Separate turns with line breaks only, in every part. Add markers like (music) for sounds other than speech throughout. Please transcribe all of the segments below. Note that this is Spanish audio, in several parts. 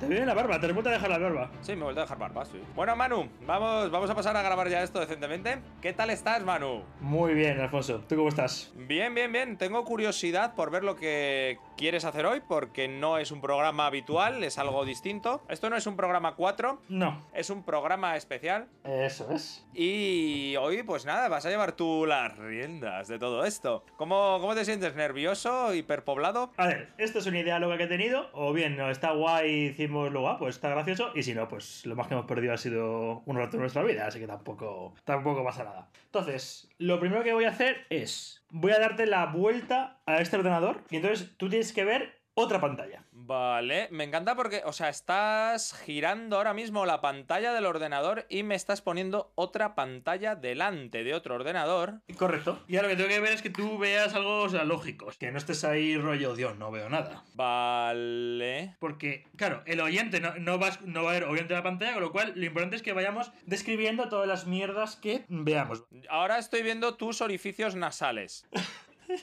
Te viene la barba, te remonta a dejar la barba.
Sí, me he vuelto a dejar barba, sí. Bueno, Manu, vamos, vamos a pasar a grabar ya esto decentemente. ¿Qué tal estás, Manu?
Muy bien, Alfonso. ¿Tú cómo estás?
Bien, bien, bien. Tengo curiosidad por ver lo que quieres hacer hoy, porque no es un programa habitual, es algo distinto. Esto no es un programa 4,
No.
es un programa especial.
Eso es.
Y hoy, pues nada, vas a llevar tú las riendas de todo esto. ¿Cómo, cómo te sientes? ¿Nervioso? ¿Hiperpoblado?
A ver, esto es una idea loca que he tenido. O bien, no, está guay, hicimos lo guapo, está gracioso. Y si no, pues lo más que hemos perdido ha sido un rato de nuestra vida, así que tampoco, tampoco pasa nada. Entonces, lo primero que voy a hacer es. Voy a darte la vuelta a este ordenador. Y entonces tú tienes que ver otra pantalla.
Vale, me encanta porque, o sea, estás girando ahora mismo la pantalla del ordenador y me estás poniendo otra pantalla delante de otro ordenador.
Correcto. Y ahora lo que tengo que ver es que tú veas algo o sea, lógico. Que no estés ahí rollo, Dios, no veo nada.
Vale.
Porque, claro, el oyente no, no va, a- no va a ver obviamente la pantalla, con lo cual lo importante es que vayamos describiendo todas las mierdas que veamos.
Ahora estoy viendo tus orificios nasales.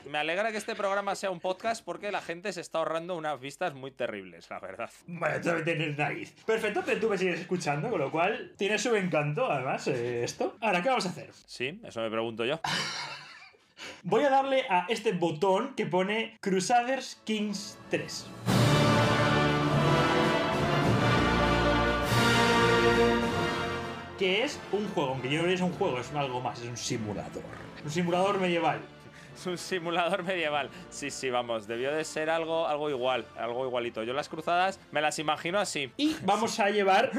Me alegra que este programa sea un podcast porque la gente se está ahorrando unas vistas muy terribles, la verdad.
Bueno, también tienes nariz. Perfecto, pero tú me sigues escuchando, con lo cual tiene su encanto, además, eh, esto. Ahora, ¿qué vamos a hacer?
Sí, eso me pregunto yo. (laughs)
Voy a darle a este botón que pone Crusaders Kings 3. Que es un juego, aunque yo no creo que es un juego, es algo más, es un simulador. Un simulador medieval.
Es un simulador medieval. Sí, sí, vamos, debió de ser algo, algo igual, algo igualito. Yo las cruzadas me las imagino así.
Y vamos a llevar.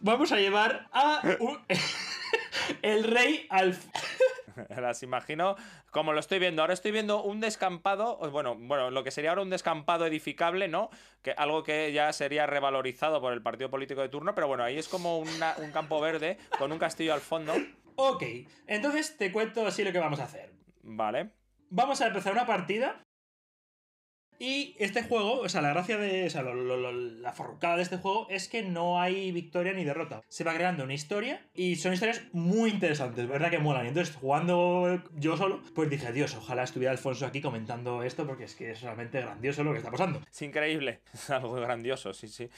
Vamos a llevar a. un- (laughs) el rey al.
(laughs) Las imagino como lo estoy viendo. Ahora estoy viendo un descampado, o bueno, bueno, lo que sería ahora un descampado edificable, ¿no? Que algo que ya sería revalorizado por el partido político de turno, pero bueno, ahí es como una- un campo verde con un castillo al fondo.
Ok, entonces te cuento así lo que vamos a hacer.
Vale.
Vamos a empezar una partida. Y este juego, o sea, la gracia de. O sea, lo- lo- lo- la forrucada de este juego es que no hay victoria ni derrota. Se va creando una historia y son historias muy interesantes, ¿verdad? Que molan. Y entonces, jugando yo solo, pues dije, Dios, ojalá estuviera Alfonso aquí comentando esto porque es que es realmente grandioso lo que está pasando.
Es increíble. (laughs) Es algo grandioso, sí, sí.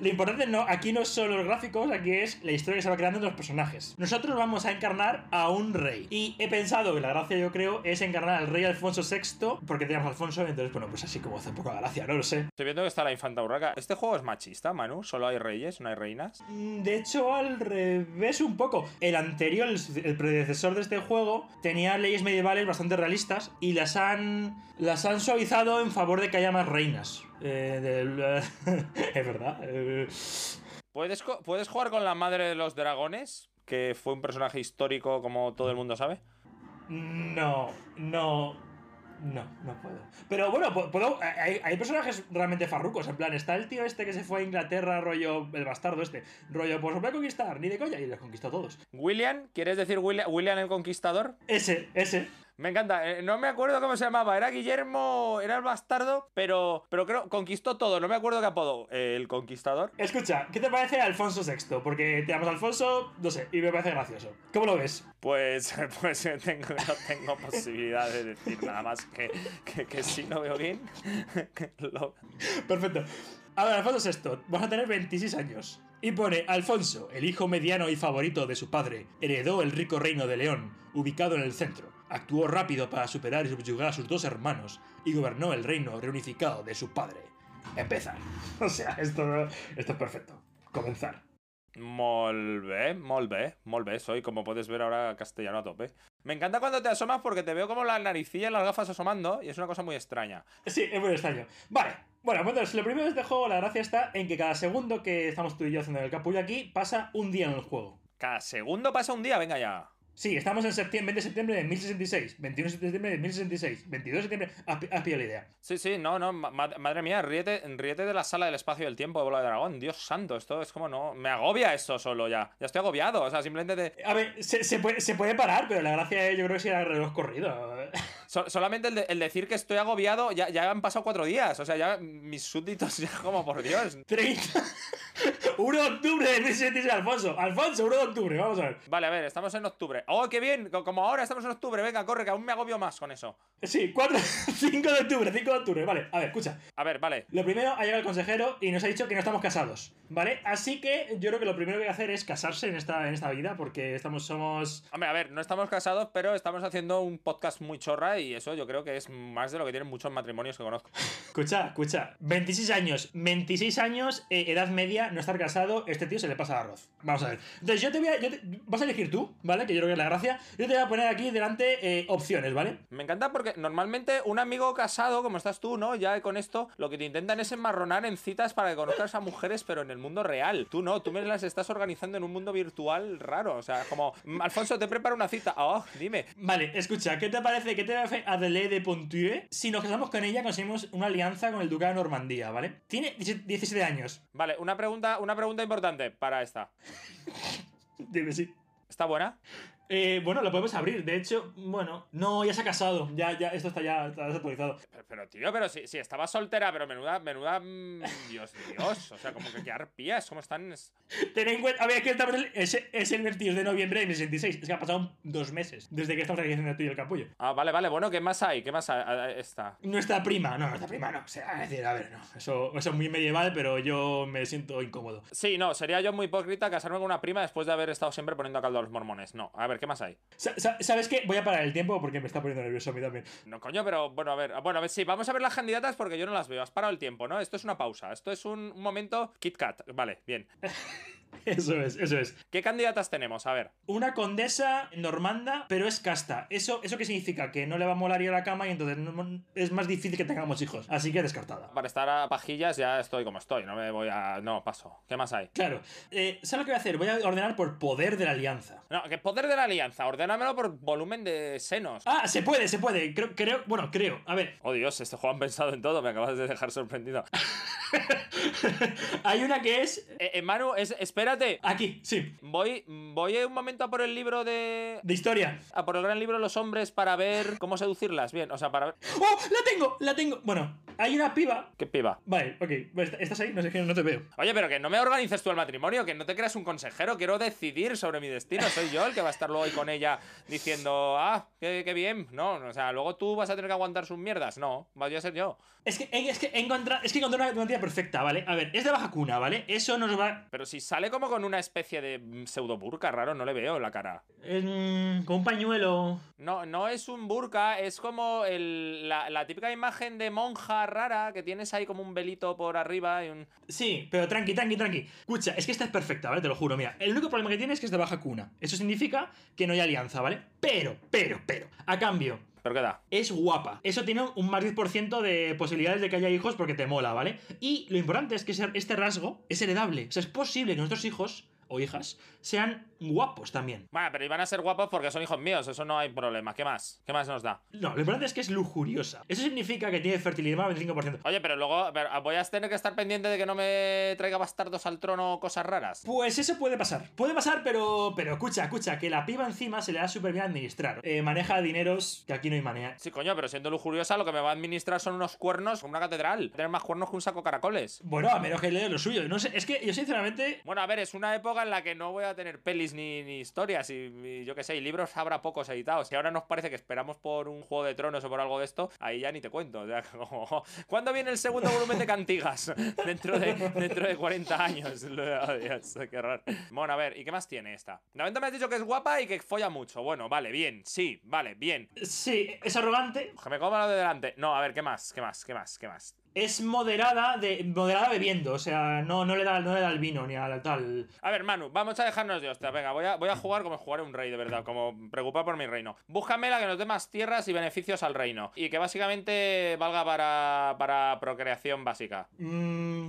Lo importante no, aquí no son los gráficos, aquí es la historia que se va creando de los personajes. Nosotros vamos a encarnar a un rey. Y he pensado que la gracia, yo creo, es encarnar al rey Alfonso VI, porque teníamos a Alfonso, entonces, bueno, pues así como hace poca gracia, no lo sé.
Estoy viendo que está la infanta urraca. Este juego es machista, Manu. Solo hay reyes, no hay reinas.
Mm, De hecho, al revés un poco. El anterior, el, el predecesor de este juego, tenía leyes medievales bastante realistas y las han, las han suavizado en favor de que haya más reinas. Eh, del- (laughs) es verdad. eh,
¿Puedes, co- ¿Puedes jugar con la madre de los dragones? Que fue un personaje histórico, como todo el mundo sabe.
No, no. No, no puedo. Pero bueno, po- puedo, hay, hay personajes realmente farrucos. En plan, está el tío este que se fue a Inglaterra, rollo, el bastardo este. Rollo, pues os voy a conquistar, ni de coña. Y los conquistó a todos.
¿William? ¿Quieres decir William, William el Conquistador?
Ese, ese.
Me encanta, eh, no me acuerdo cómo se llamaba, era Guillermo, era el bastardo, pero, pero creo, conquistó todo, no me acuerdo qué apodo, Eh, el conquistador.
Escucha, ¿qué te parece Alfonso VI? Porque te llamas Alfonso, no sé, y me parece gracioso. ¿Cómo lo ves?
Pues, (laughs) pues eh, tengo, no tengo posibilidad de decir nada más que, que, que sí, no veo bien. (laughs) Que lo-
Perfecto. Ahora, Alfonso VI, vas a tener 26 años. Y pone, Alfonso, el hijo mediano y favorito de su padre, heredó el rico reino de León, ubicado en el centro. Actuó rápido para superar y subyugar a sus dos hermanos, y gobernó el reino reunificado de su padre. Empezar. (laughs) O sea, esto, esto es perfecto. Comenzar.
Molt bé, molt bé, molt bé, soy, como puedes ver ahora, castellano a tope. Me encanta cuando te asomas porque te veo como la naricilla y las gafas asomando y es una cosa muy extraña.
Sí, es muy extraño. Vale. Bueno, entonces, lo primero de este juego, la gracia está en que cada segundo que estamos tú y yo haciendo el capullo aquí, pasa un día en el juego.
Cada segundo pasa un día, venga ya.
Sí, estamos en septiembre, 20 de septiembre de 1066, 21 de septiembre de 1066, 22 de septiembre. Has, pi- has pillado la idea.
Sí, sí, no, no, ma- ma- madre mía, ríete, ríete de la sala del espacio y del tiempo de Bola de Dragón, Dios santo, esto es como no, me agobia esto solo ya, ya estoy agobiado, o sea, simplemente de-
A ver, se, se puede, se puede parar, pero la gracia es, yo creo que si era el reloj corrido. (laughs)
so- solamente el, de- el decir que estoy agobiado, (laughs) ya, ya han pasado cuatro días, o sea, ya mis súbditos ya como por Dios,
30. 1 de octubre de 17 Alfonso. Alfonso, 1 de octubre, vamos a ver.
Vale, a ver, estamos en octubre. ¡Oh, qué bien! Co- Como ahora estamos en octubre, venga, corre, que aún me agobio más con eso.
Sí, (laughs) 4, 5 de octubre, 5 de octubre. Vale, a ver, escucha.
A ver, vale.
Lo primero, ha llegado el consejero y nos ha dicho que no estamos casados, ¿vale? Así que yo creo que lo primero que voy a hacer es casarse en esta, en esta vida, porque estamos, somos...
Hombre, a ver, no estamos casados, pero estamos haciendo un podcast muy chorra y eso yo creo que es más de lo que tienen muchos matrimonios que conozco.
Escucha, escucha. 26 años, 26 años, eh, edad media, no estar casado, este tío se le pasa el arroz. Vamos a ver. Entonces yo te voy a... yo te- vas a elegir tú, ¿vale? Que yo creo que es la gracia. Yo te voy a poner aquí delante eh, opciones, ¿vale?
Me encanta porque normalmente un amigo casado, como estás tú, ¿no? Ya con esto, lo que te intentan es enmarronar en citas para que conozcas a mujeres, pero en el mundo real. Tú no, tú me las estás organizando en un mundo virtual raro. O sea, como, "Mm, Alfonso, te preparo una cita. Oh, dime.
Vale, escucha, ¿qué te parece? ¿Qué te parece Adelaide de Pontue? Si nos casamos con ella, conseguimos una alianza con el Ducado de Normandía, ¿vale? Tiene 17 años. (laughs)
Vale, una pregunta, una pregunta importante para esta.
Dime sí.
¿Está buena?
Eh, bueno, lo podemos abrir. De hecho, bueno, no, ya se ha casado. Ya, ya, esto está ya está desactualizado.
Pero, pero, tío, pero si, si estaba soltera, pero menuda, menuda. mm, Dios, Dios. O sea, como que qué arpías, ¿cómo están? Es-
Ten en cuenta, a ver, es que estamos en el- es, es el 22 de noviembre del 66. Es que ha pasado dos meses desde que estamos aquí haciendo tú y el capullo.
Ah, vale, vale, bueno, ¿qué más hay? ¿Qué más hay? Ah, Está.
Nuestra prima, no, nuestra prima no. O sea, es decir, a ver, no. Eso, eso es muy medieval, pero yo me siento incómodo.
Sí, no, sería yo muy hipócrita casarme con una prima después de haber estado siempre poniendo a caldo a los mormones. No, a ver, ¿qué más hay?
Sa- sa- ¿Sabes qué? Voy a parar el tiempo porque me está poniendo nervioso a mí también. (laughs)
No, coño, pero bueno, a ver, bueno, a ver, sí, vamos a ver las candidatas porque yo no las veo. Has parado el tiempo, ¿no? Esto es una pausa, esto es un, un momento Kit Kat. Vale, bien.
Eso es, eso es.
¿Qué candidatas tenemos? A ver.
Una condesa normanda, pero es casta. ¿Eso, eso qué significa? Que no le va a molar ir a la cama y entonces no- es más difícil que tengamos hijos. Así que descartada.
Para estar a pajillas ya estoy como estoy, no me voy a. No, paso. ¿Qué más hay?
Claro. Eh, ¿Sabes lo que voy a hacer? Voy a ordenar por poder de la alianza.
No, que poder de la alianza, ordénamelo por volumen de senos.
Ah, se puede, se puede. Creo, creo bueno, creo. A ver.
Oh Dios, este juego han pensado en todo, me acabas de dejar sorprendido.
Hay una que es...
Eh, eh, Manu, es- espérate.
Aquí, sí.
Voy, voy un momento a por el libro de.
De historia.
A Ah, por el gran libro de los hombres para ver cómo seducirlas. Bien, o sea, para ver.
¡Oh! ¡La tengo! ¡La tengo! Bueno, hay una piba.
¡Qué piba!
Vale, ok. pues, Est- ¿Estás ahí? No sé, que no te veo.
Oye, pero que no me organices tú el matrimonio, que no te creas un consejero, quiero decidir sobre mi destino. Soy yo el que va a estar luego ahí con ella diciendo, ah, qué, qué bien. No, o sea, luego tú vas a tener que aguantar sus mierdas. No, voy a ser yo.
Es que, es que, he encontrado- es que encontré una plantilla perfecta, ¿vale? A ver, es de baja cuna, ¿vale? Eso nos va...
Pero si sale como con una especie de mm, pseudo burka raro, no le veo la cara.
Es, mm, con un pañuelo...
No, no es un burka, es como el- la, la típica imagen de monja rara que tienes ahí como un velito por arriba y un...
Sí, pero tranqui, tranqui, tranqui. Escucha, es que esta es perfecta, ¿vale? Te lo juro, mira. El único problema que tiene es que es de baja cuna. Eso significa que no hay alianza, ¿vale? Pero, pero, pero. A cambio,
¿Pero qué da?
es guapa. Eso tiene un más 10% de posibilidades de que haya hijos porque te mola, ¿vale? Y lo importante es que ese- este rasgo es heredable. O sea, es posible que nuestros hijos o hijas sean guapos también.
Bueno, pero iban a ser guapos porque son hijos míos, eso no hay problema. ¿Qué más? ¿Qué más nos da?
No, lo importante es que es lujuriosa. Eso significa que tiene fertilidad más del 25%.
Oye, pero luego pero, ah, voy a tener que estar pendiente de que no me traiga bastardos al trono o cosas raras.
Pues eso puede pasar. Puede pasar, pero. Pero escucha, escucha, que la piba encima se le da súper bien administrar. Eh, maneja dineros que aquí no hay manera.
Sí, coño, pero siendo lujuriosa, lo que me va a administrar son unos cuernos como una catedral. Tener más cuernos que un saco de caracoles.
Bueno, a menos que le dé lo suyo. No sé, es que yo sinceramente.
Bueno, a ver, es una época en la que no voy a tener pelis ni, ni historias y, y yo qué sé, y libros habrá pocos editados. Y ahora nos parece que esperamos por un Juego de Tronos o por algo de esto, ahí ya ni te cuento. O sea, (laughs) como, ¿Cuándo viene el segundo volumen de Cantigas? (laughs) dentro, de, dentro de 40 años. (laughs) Oh, Dios, qué raro. Bueno, a ver, ¿y qué más tiene esta? De momento me has dicho que es guapa y que folla mucho. Bueno, vale, bien, sí, vale, bien.
Sí, es arrogante.
Que me coma lo de delante. No, a ver, ¿qué más? ¿Qué más? ¿Qué más? ¿Qué más?
Es moderada de. moderada bebiendo. O sea, no, no le da, no le da al vino ni al tal.
A ver, Manu, vamos a dejarnos de hostias. Venga, voy a, voy a jugar como jugaré un rey, de verdad, como preocupado por mi reino. Búscame la que nos dé más tierras y beneficios al reino. Y que básicamente valga para, para procreación básica.
Mmm.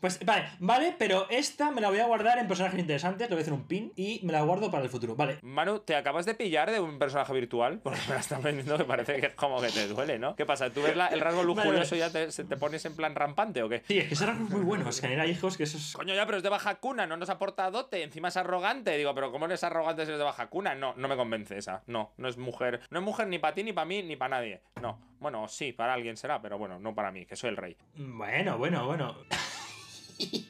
Pues vale, vale, pero esta me la voy a guardar en personajes interesantes, le voy a hacer un pin y me la guardo para el futuro. Vale.
Manu, ¿te acabas de pillar de un personaje virtual? (laughs) Porque me la están vendiendo que parece que es como que te duele, ¿no? ¿Qué pasa? ¿Tú ves la- el rasgo
vale.
lujurioso y ya te, se te pones en plan rampante o qué?
Sí, es que serán muy buenos, genera hijos, que eso es
Coño, ya, pero es de baja cuna, no nos aporta dote, encima es arrogante. Digo, pero ¿cómo eres arrogante si eres de baja cuna? No, no me convence esa. No, no es mujer. No es mujer ni para ti, ni para mí, ni para nadie. No. Bueno, sí, para alguien será, pero bueno, no para mí, que soy el rey.
Bueno, bueno, bueno.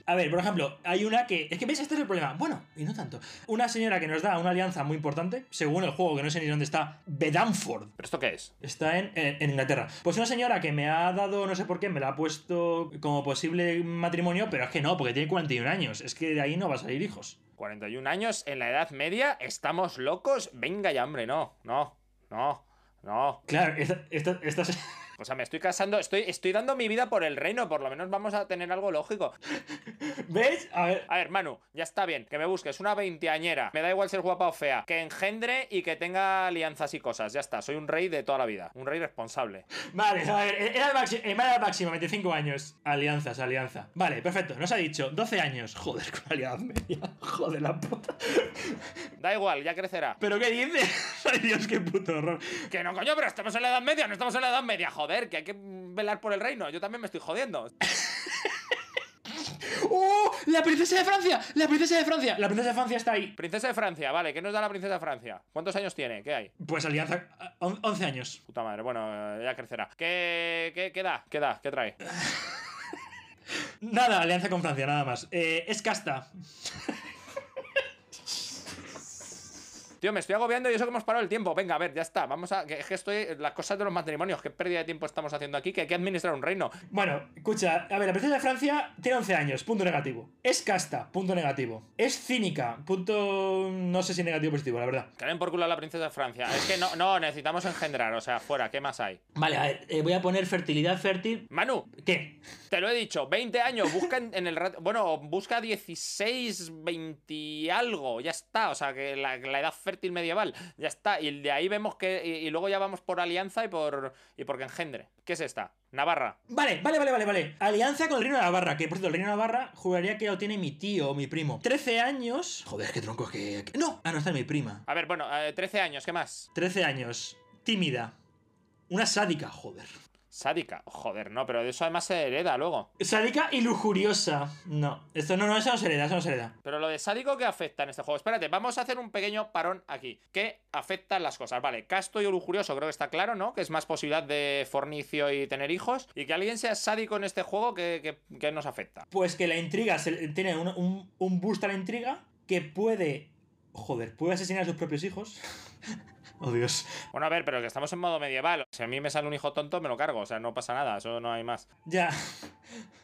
A ver, por ejemplo, hay una que. Es que veis, este es el problema. Bueno, y no tanto. Una señora que nos da una alianza muy importante, según el juego, que no sé ni dónde está, Bedanford.
¿Pero esto qué es?
Está en, en- en Inglaterra. Pues una señora que me ha dado, no sé por qué, me la ha puesto como posible matrimonio, pero es que no, porque tiene 41 años. Es que de ahí no va a salir hijos.
41 años en la Edad Media, estamos locos. Venga ya, hombre, no, no, no, no.
Claro, esta, esta- esta se- (laughs)
O sea, me estoy casando, estoy, estoy dando mi vida por el reino, por lo menos vamos a tener algo lógico.
¿Veis? A ver.
A ver, Manu, ya está bien, que me busques una veinteañera, me da igual ser guapa o fea, que engendre y que tenga alianzas y cosas, ya está, soy un rey de toda la vida, un rey responsable.
Vale, a ver, e-, era el máximo, era el máximo 25 años. Alianzas, alianza. Vale, perfecto, nos ha dicho 12 años. Joder, con alianza media. Joder, la puta.
Da igual, ya crecerá.
¿Pero qué dices? (laughs) Ay, Dios, qué puto horror.
Que no, coño, pero estamos en la Edad Media, no estamos en la Edad Media, joder, que hay que velar por el reino, yo también me estoy jodiendo.
¡Oh! ¡La princesa de Francia! ¡La princesa de Francia! La princesa de Francia está ahí.
Princesa de Francia, vale, ¿qué nos da la princesa de Francia? ¿Cuántos años tiene? ¿Qué hay?
Pues alianza. ah, on- 11 años.
Puta madre, bueno, eh, ya crecerá. ¿Qué, qué, qué da? ¿Qué da? ¿Qué trae?
Nada, alianza con Francia, nada más. Eh, es casta.
Tío, me estoy agobiando y eso que hemos parado el tiempo. Venga, a ver, ya está. Vamos a. que- Es que estoy. Las cosas de los matrimonios, qué pérdida de tiempo estamos haciendo aquí, que hay que administrar un reino.
Bueno, escucha, a ver, la princesa de Francia tiene 11 años, punto negativo. Es casta, punto negativo. Es cínica, punto. No sé si negativo o positivo, la verdad.
Que den por culo a la princesa de Francia. Es que no, no, necesitamos engendrar, o sea, fuera, ¿qué más hay?
Vale, a ver, eh, voy a poner fertilidad fértil.
Manu,
¿Qué?
te lo he dicho, 20 años, busca en, en el rato. Bueno, busca 16, 20 y algo, ya está. O sea, que la, la edad fértil medieval, ya está. Y de ahí vemos que. Y, y luego ya vamos por alianza y por. y porque engendre. ¿Qué es esta? Navarra.
Vale, vale, vale, vale, vale. Alianza con el Reino de Navarra, que por cierto, el Reino de Navarra juraría que lo tiene mi tío o mi primo. 13 años. Joder, qué tronco es que. que- No, ah, no está mi prima.
A ver, bueno, eh, 13 años, ¿qué más?
13 años, tímida. Una sádica, joder.
Sádica. Joder, no, pero de eso además se hereda luego.
Sádica y lujuriosa. No, esto no, no, eso no se hereda, eso no se hereda.
Pero lo de sádico que afecta en este juego. Espérate, vamos a hacer un pequeño parón aquí. ¿Qué afectan las cosas? Vale, casto y lujurioso, creo que está claro, ¿no? Que es más posibilidad de fornicio y tener hijos. Y que alguien sea sádico en este juego, que, que- que nos afecta?
Pues que la intriga se- tiene un, un, un boost a la intriga que puede. Joder, puede asesinar a sus propios hijos. (laughs) oh Dios.
Bueno, a ver, pero que estamos en modo medieval. Si a mí me sale un hijo tonto, me lo cargo. O sea, no pasa nada, eso no hay más.
Ya.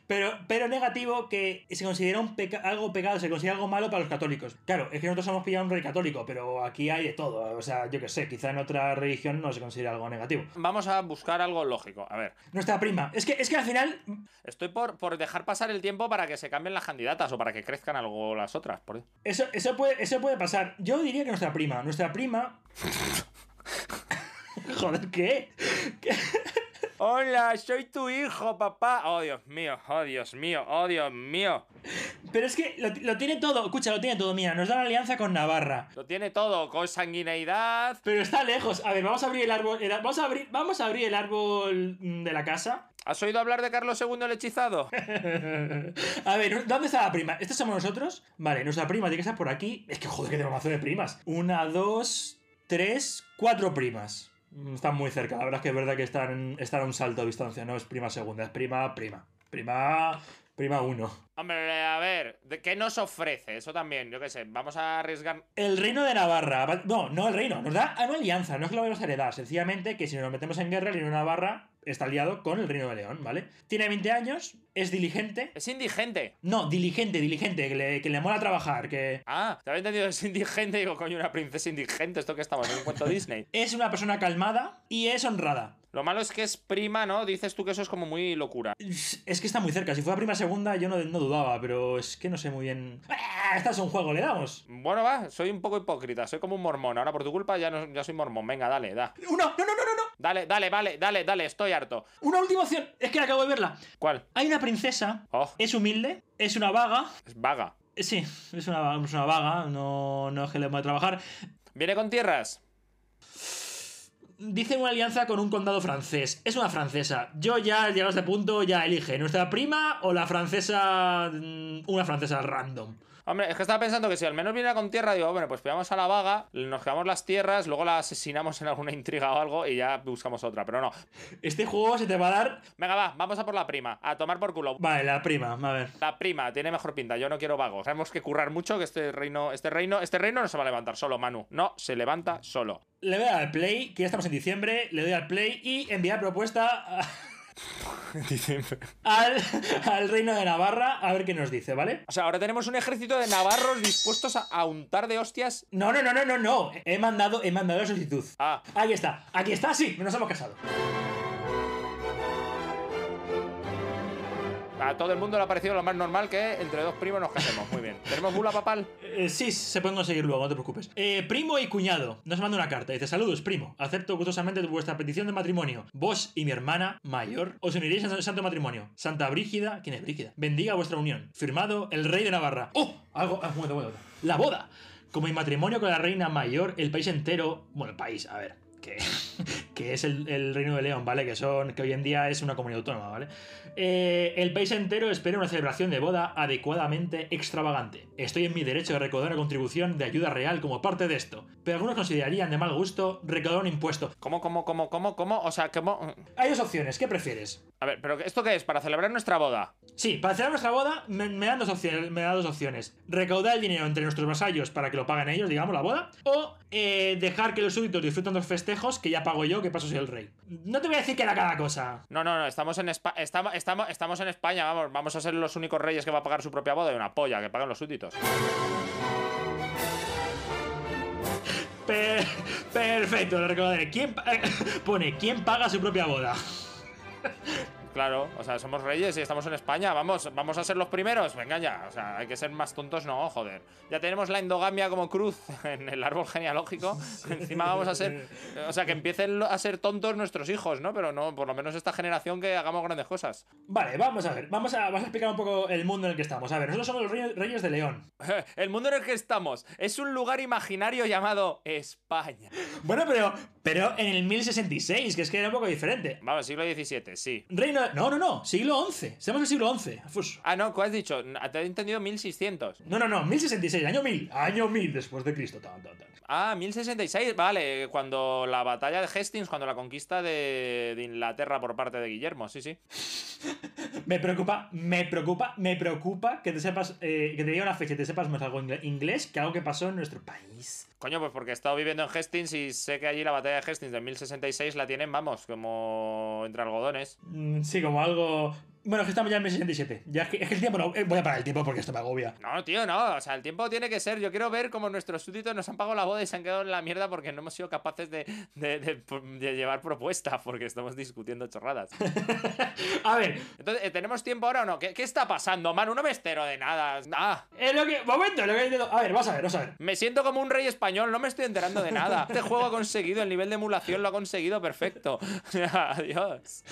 Pero, pero negativo que se considera un peca- algo pecado, se considera algo malo para los católicos. Claro, es que nosotros hemos pillado un rey católico, pero aquí hay de todo. O sea, yo qué sé, quizá en otra religión no se considera algo negativo.
Vamos a buscar algo lógico. A ver,
Nuestra prima. Es que, es que al final.
estoy por, por dejar pasar el tiempo para que se cambien las candidatas o para que crezcan algo las otras. Por...
Eso, eso, puede, eso puede pasar. Yo diría que nuestra prima. Nuestra prima. Joder, ¿qué?
Hola, soy tu hijo, papá. Oh, Dios mío, oh, Dios mío, oh, Dios mío.
Pero es que lo, lo tiene todo. Escucha, lo tiene todo. Mira, nos da la alianza con Navarra.
Lo tiene todo, con sanguineidad.
Pero está lejos. A ver, vamos a abrir el árbol. el- vamos, a abrir, vamos a abrir el árbol mm, de la casa.
¿Has oído hablar de Carlos II el hechizado?
(laughs) A ver, ¿dónde está la prima? ¿Estos somos nosotros? Vale, nuestra prima tiene que estar por aquí. Es que joder, que tenemos mazo de primas. Una, dos, tres, cuatro primas. Mm, Están muy cerca. La verdad es que es verdad que están, están a un salto de distancia. No es prima segunda, es prima, prima. Prima, prima uno.
Hombre, a ver, ¿de ¿qué nos ofrece? Eso también, yo qué sé, vamos a arriesgar.
El reino de Navarra. va- No, no el reino. Nos da una alianza. No es que lo vayamos a heredar. Sencillamente que si nos metemos en guerra, el reino de Navarra está aliado con el reino de León, ¿vale? Tiene 20 años, es diligente.
Es indigente.
No, diligente, diligente, que le, que le mola trabajar, que,
Ah, te había entendido, (laughs) es indigente. Digo, coño, una princesa indigente, esto que estamos en un cuento Disney.
Es una persona calmada y es honrada.
Lo malo es que es prima, ¿no? Dices tú que eso es como muy locura.
Es que está muy cerca. Si fuera prima segunda, yo no, no dudaba, pero es que no sé muy bien. ¡Ah! Esta es un juego, le damos.
Bueno, va, soy un poco hipócrita, soy como un mormón. Ahora por tu culpa ya, no, ya soy mormón. Venga, dale, da.
¡Uno! ¡No, no, no, no! no!
Dale, dale, vale, dale, dale, estoy harto.
¡Una última opción! Es que acabo de verla.
¿Cuál?
Hay una princesa,
Oh,
es humilde, es una vaga.
es vaga.
Sí, es una, va- es una vaga, no, no es que le pueda trabajar.
¿Viene con tierras?
Dice una alianza con un condado francés. Es una francesa. Yo ya, llegado a este punto, ya elige. ¿Nuestra prima o la francesa. mm, Una francesa random?
Hombre, es que estaba pensando que si al menos viniera con tierra, digo, bueno, pues pillamos a la vaga, nos quedamos las tierras, luego la asesinamos en alguna intriga o algo y ya buscamos otra. Pero no.
Este juego se te va a dar.
Venga, va, vamos a por la prima, a tomar por culo.
Vale, la prima, a ver.
La prima tiene mejor pinta, yo no quiero vagos. Tenemos que currar mucho que este reino, este reino, este reino no se va a levantar solo, Manu. No, se levanta solo.
Le voy al play, que ya estamos en diciembre, le doy al play y enviar propuesta (laughs) a-
Diciembre.
al, al reino de Navarra a ver qué nos dice, ¿vale?
O sea, ahora tenemos un ejército de navarros dispuestos a, a untar de hostias.
No, no, no, no, no, no. He mandado, he mandado la solicitud.
Ah,
Aquí está, aquí está, sí, nos hemos casado.
a todo el mundo le ha parecido lo más normal que entre dos primos nos casemos. Muy bien. ¿Tenemos bula papal?
Eh, sí, se pueden conseguir luego, no te preocupes. Eh, primo y cuñado, nos manda una carta. Dice, saludos, primo. Acepto gustosamente vuestra petición de matrimonio. Vos y mi hermana mayor os uniréis en el santo matrimonio. Santa Brígida, ¿quién es Brígida? Bendiga vuestra unión. Firmado el rey de Navarra. ¡Oh! Algo, ah, bueno, bueno, bueno. La boda. Como mi matrimonio con la reina mayor, el país entero... Bueno, el país, a ver. Que, (laughs) que es el, el Reino de León, ¿vale? Que son que hoy en día es una comunidad autónoma, ¿vale? Eh, el país entero espera una celebración de boda adecuadamente extravagante. Estoy en mi derecho de recaudar una contribución de ayuda real como parte de esto, pero algunos considerarían de mal gusto recaudar un impuesto.
¿Cómo, cómo, cómo, cómo, cómo? O sea, ¿cómo?
Hay dos opciones, ¿qué prefieres?
A ver, ¿pero esto qué es? ¿Para celebrar nuestra boda?
Sí, para celebrar nuestra boda me, me dan dos opciones, me da dos opciones. Recaudar el dinero entre nuestros vasallos para que lo paguen ellos, digamos, la boda, o eh, dejar que los súbditos disfruten de los festejos que ya pago yo, que paso soy el rey. No te voy a decir que era cada cosa.
No, no, no, estamos en España, estamos, estamos, estamos en España, vamos, vamos a ser los únicos reyes que va a pagar su propia boda y una polla que pagan los súbditos.
Per- perfecto, lo recordaré. ¿Quién pa- eh, (laughs) pone quién paga su propia boda?
Claro, o sea, somos reyes y estamos en España, vamos, vamos a ser los primeros, venga ya, o sea, hay que ser más tontos, no, joder. Ya tenemos la endogamia como cruz (laughs) en el árbol genealógico, encima vamos a ser, o sea, que empiecen lo- a ser tontos nuestros hijos, ¿no? Pero no, por lo menos esta generación que hagamos grandes cosas. (laughs)
Vale, vamos a ver. Vamos a, vamos a explicar un poco el mundo en el que estamos. A ver, nosotros somos los rey- reyes de León.
El mundo en el que estamos es un lugar imaginario llamado España.
Bueno, pero, pero en el 1066, que es que era un poco diferente.
Vamos, siglo XVII, sí.
Reino. No, no, no. Siglo XI. Estamos en el siglo XI. Afus.
Ah, no, ¿qué has dicho? Te he entendido 1600.
No, no, no. 1066, año 1000. Año 1000 después de Cristo. Tan, tan, tan.
Ah, 1066, vale, cuando la batalla de Hastings, cuando la conquista de, de Inglaterra por parte de Guillermo, sí, sí.
Me preocupa, me preocupa, me preocupa que te sepas, eh, que te diga una fecha y te sepas más algo ingle- inglés que algo que pasó en nuestro país.
Coño, pues porque he estado viviendo en Hastings y sé que allí la batalla de Hastings de 1066 la tienen, vamos, como entre algodones.
Mm, Sí, como algo. Bueno, es que estamos ya en 1067. Ya es que, es que el tiempo no. eh, Voy a parar el tiempo porque esto me agobia.
No, tío, no, o sea, el tiempo tiene que ser. Yo quiero ver cómo nuestros súbditos nos han pagado la boda y se han quedado en la mierda porque no hemos sido capaces de, de- de- de llevar propuestas, porque estamos discutiendo chorradas.
A ver,
Entonces, eh, ¿tenemos tiempo ahora o no? ¿Qué, qué está pasando, Manu? No me estero de nada. Ah,
es lo que. Momento, lo que he intentado- A ver, vas a ver, vas a ver.
Me siento como un rey español, no me estoy enterando de nada. Este juego ha conseguido, el nivel de emulación lo ha conseguido perfecto. (laughs) Adiós.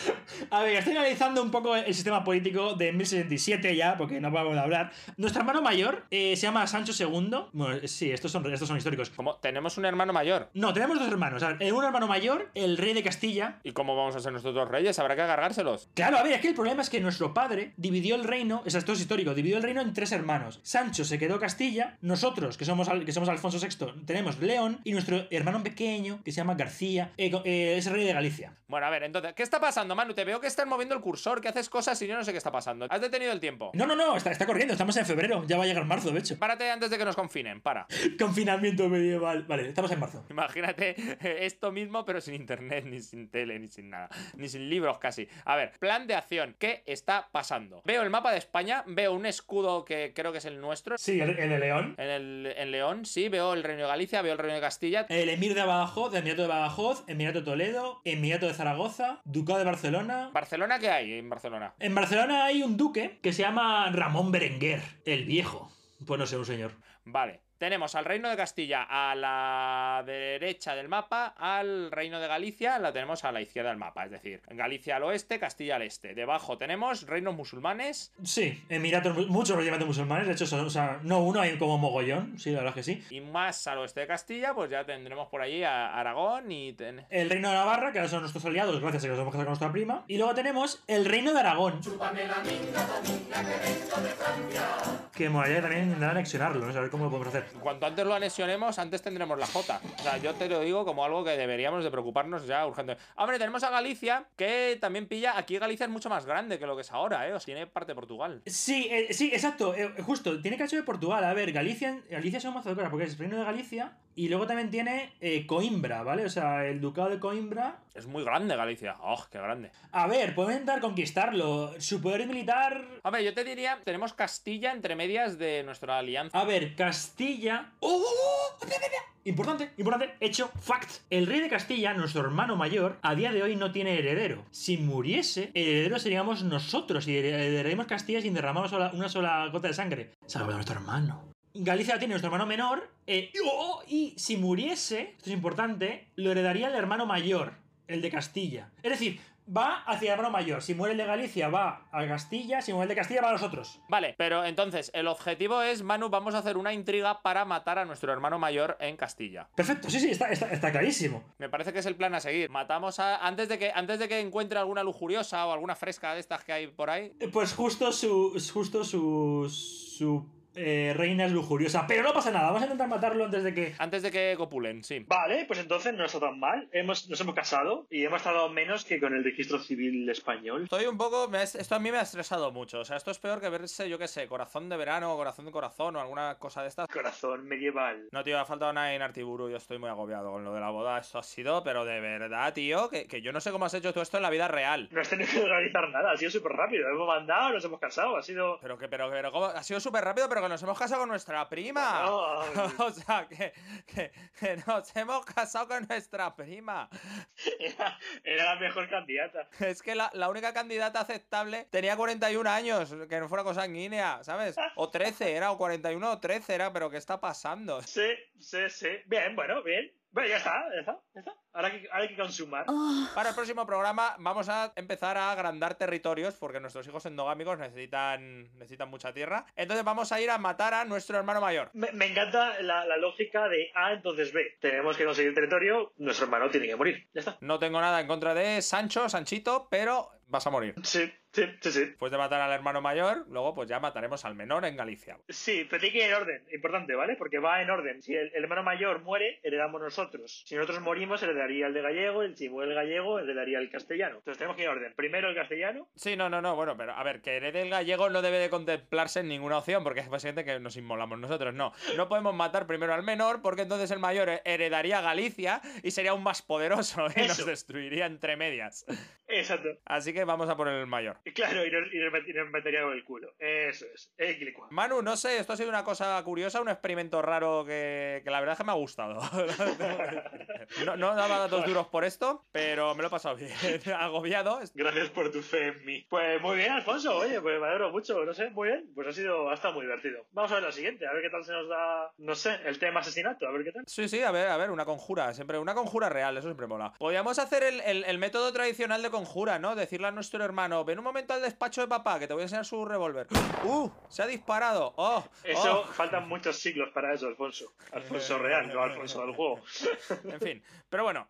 A ver, estoy analizando un poco el sistema político de 1067 ya, porque no vamos a hablar. Nuestro hermano mayor eh, se llama Sancho II. Bueno, eh, sí, estos son, estos son históricos.
Como tenemos un hermano mayor.
No, tenemos dos hermanos. A ver, eh, un hermano mayor, el rey de Castilla.
¿Y cómo vamos a ser nosotros dos reyes? Habrá que cargárselos.
Claro, a ver, es que el problema es que nuestro padre dividió el reino, o sea, esto es histórico, dividió el reino en tres hermanos. Sancho se quedó Castilla, nosotros, que somos, al- que somos Alfonso VI, tenemos León, y nuestro hermano pequeño, que se llama García, eh, co- eh, es rey de Galicia.
Bueno, a ver, entonces, ¿qué está pasando, Manu? Te veo que estás moviendo el cursor, que haces cosas y yo no sé qué está pasando. Has detenido el tiempo.
No, no, no, está, está corriendo, estamos en febrero, ya va a llegar marzo, de hecho. (laughs)
Párate antes de que nos confinen, para.
Confinamiento medieval. Vale, estamos en marzo.
(laughs) Imagínate eh, esto mismo, pero sin internet, ni sin tele, ni sin nada, ni sin libros casi. A ver, plan de acción, ¿qué está pasando? Veo el mapa de España, veo un escudo que creo que es el nuestro,
Sí, el, el de León.
En, el, en León, sí, veo el Reino de Galicia, veo el Reino de Castilla.
El emir de Badajoz, el emirato de Badajoz, emirato de Toledo, emirato de Zaragoza, ducado de Barcelona,
¿Barcelona qué hay en Barcelona?
En Barcelona hay un duque que se llama Ramón Berenguer, el viejo. Pues no sé, un señor.
Vale. Tenemos al Reino de Castilla a la derecha del mapa, al Reino de Galicia la tenemos a la izquierda del mapa, es decir, Galicia al oeste, Castilla al este. Debajo tenemos reinos musulmanes
Sí, Emiratos, muchos regimientos musulmanes, de hecho, son, o sea, no uno, hay como mogollón, sí, la verdad es que sí.
y más al oeste de Castilla, pues ya tendremos por allí a Aragón y... ten-
El Reino de Navarra, que ahora son nuestros aliados, gracias a que nos hemos casado con nuestra prima. Y luego tenemos el Reino de Aragón. que molaría también intentar anexionarlo, ¿no? Saber cómo lo podemos hacer.
Cuanto antes lo anexionemos, antes tendremos la J. O sea, yo te lo digo como algo que deberíamos de preocuparnos ya urgente. Hombre, tenemos a Galicia, que también pilla. Aquí Galicia es mucho más grande que lo que es ahora, ¿eh? O sea, tiene parte de Portugal.
Sí, eh, sí, exacto, eh, justo. Tiene cacho de Portugal. A ver, Galicia, Galicia son mazo de cosas, porque es el Reino de Galicia. Y luego también tiene eh, Coimbra, ¿vale? O sea, el Ducado de Coimbra.
Es muy grande Galicia. ¡Oh, qué grande!
A ver, podemos intentar conquistarlo. Su poder militar.
Hombre, yo te diría, tenemos Castilla entre medias de nuestra alianza.
A ver, Castilla. ¡Oh! oh, oh! Espera, espera, espera. Importante, importante, hecho, fact. El rey de Castilla, nuestro hermano mayor, a día de hoy no tiene heredero. Si muriese, el heredero seríamos nosotros y heredaremos Castilla sin derramar una sola, una sola gota de sangre. Salvo a nuestro hermano. Galicia la tiene nuestro hermano menor. eh, y- oh, oh, y si muriese, esto es importante, lo heredaría el hermano mayor, el de Castilla. Es decir, va hacia el hermano mayor. Si muere el de Galicia, va a Castilla. Si muere el de Castilla, va a nosotros.
Vale, pero entonces, el objetivo es, Manu, vamos a hacer una intriga para matar a nuestro hermano mayor en Castilla.
Perfecto, sí, sí, está, está, está clarísimo.
Me parece que es el plan a seguir. Matamos a. Antes de que, antes de que encuentre alguna lujuriosa o alguna fresca de estas que hay por ahí.
Pues justo su. Justo su. su. eh, reina es lujuriosa. Pero no pasa nada, vamos a intentar matarlo antes de que.
Antes de que copulen, sí.
Vale, pues entonces no está tan mal. Hemos, nos hemos casado y hemos tardado menos que con el registro civil español.
Estoy un poco. me ha est- esto a mí me ha estresado mucho. O sea, esto es peor que verse, yo qué sé, corazón de verano o corazón de corazón o alguna cosa de estas.
Corazón medieval.
No, tío, ha faltado nada en Artiburu. Yo estoy muy agobiado con lo de la boda. Esto ha sido, pero de verdad, tío, que, que yo no sé cómo has hecho tú esto en la vida real.
No has tenido que organizar nada, ha sido súper rápido. Hemos mandado, nos hemos casado, ha sido...
Pero que, pero, pero, ¿cómo? Ha sido súper rápido, pero que nos hemos casado con nuestra prima.
Oh,
(laughs) o sea, que, que, que nos hemos casado con nuestra prima.
era, era la mejor candidata.
Es que la, la única candidata aceptable tenía 41 años, que no fuera consanguínea, ¿sabes? O 13 era, o 41 o 13 era, pero ¿qué está pasando?
Sí, sí, sí. Bien, bueno, bien. Bueno, ya está, ya está, ya está. Ahora hay que, ahora hay que consumar.
Para el próximo programa vamos a empezar a agrandar territorios porque nuestros hijos endogámicos necesitan, necesitan mucha tierra. Entonces vamos a ir a matar a nuestro hermano mayor.
Me, me encanta la, la lógica de A, entonces B. Tenemos que conseguir territorio, nuestro hermano tiene que morir. Ya está.
No tengo nada en contra de Sancho, Sanchito, pero vas a morir.
Sí, sí, sí, sí.
Después de matar al hermano mayor, luego pues ya mataremos al menor en Galicia.
Sí, pero tiene que ir en orden, importante, ¿vale? Porque va en orden. Si el, el hermano mayor muere, heredamos nosotros. Si nosotros morimos, heredaría el de gallego, el si muere el gallego, heredaría el castellano. Entonces tenemos que ir en orden. Primero el castellano.
Sí, no, no, no, bueno, pero a ver, que herede el gallego no debe de contemplarse en ninguna opción porque es básicamente que nos inmolamos nosotros, no. No podemos matar primero al menor porque entonces el mayor he- heredaría Galicia y sería aún más poderoso y nos
Eso.
destruiría entre medias.
Exacto.
Así que vamos a por el mayor.
Y Claro, y nos, y nos met- y nos metería con el culo. Eso es. Equilicuado.
Manu, no sé, esto ha sido una cosa curiosa, un experimento raro que, que la verdad es que me ha gustado. (laughs) No, no daba datos duros por esto, pero me lo he pasado bien. (laughs) Agobiado.
Gracias por tu fe en mí. Pues muy bien, Alfonso. Oye, pues me alegro mucho. No sé, muy bien. Pues ha sido, ha estado muy divertido. Vamos a ver la siguiente, a ver qué tal se nos da, no sé, el tema asesinato, a ver qué tal.
Sí, sí, a ver, a ver, una conjura, siempre, una conjura real, eso siempre mola. Podríamos hacer el, el- el método tradicional de conjura, ¿no? Decirle a nuestro hermano, ven un momento al despacho de papá, que te voy a enseñar su revólver. ¡Uh! Se ha disparado. ¡Oh!
Eso,
oh".
faltan muchos siglos para eso, Alfonso. Alfonso real, no Alfonso del juego.
oh, En fin. Pero bueno,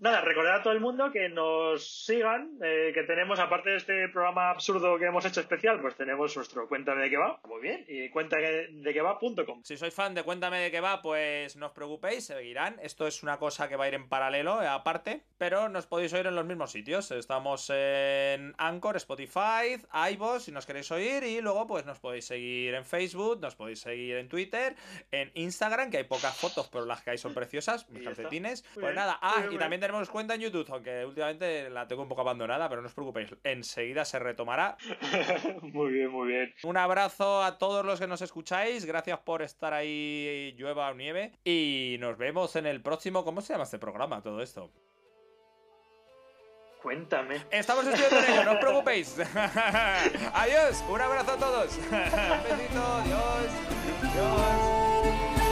Nada, recordad a todo el mundo que nos sigan, eh, que tenemos, aparte de este programa absurdo que hemos hecho especial, pues tenemos nuestro cuenta de que va, muy bien, y cuenta de que va.com.
Si sois fan de Cuéntame de qué va, pues no os preocupéis, seguirán. Esto es una cosa que va a ir en paralelo, eh, aparte, pero nos podéis oír en los mismos sitios. Estamos en Anchor, Spotify, iVoox, si nos queréis oír, y luego pues nos podéis seguir en Facebook, nos podéis seguir en Twitter, en Instagram, que hay pocas fotos, pero las que hay son preciosas,
(laughs)
mis
Y ya está.
calcetines.
Muy
Pues
bien,
nada, ah,
muy bien,
y
muy
también tenemos cuenta en YouTube, aunque últimamente la tengo un poco abandonada, pero no os preocupéis, enseguida se retomará.
(laughs) muy bien, muy bien.
Un abrazo a todos los que nos escucháis. Gracias por estar ahí, llueva o nieve. Y nos vemos en el próximo. ¿Cómo se llama este programa? Todo esto.
Cuéntame.
Estamos estudiando en ello, no os preocupéis. (laughs) Adiós, un abrazo a todos. Un besito, adiós. Adiós.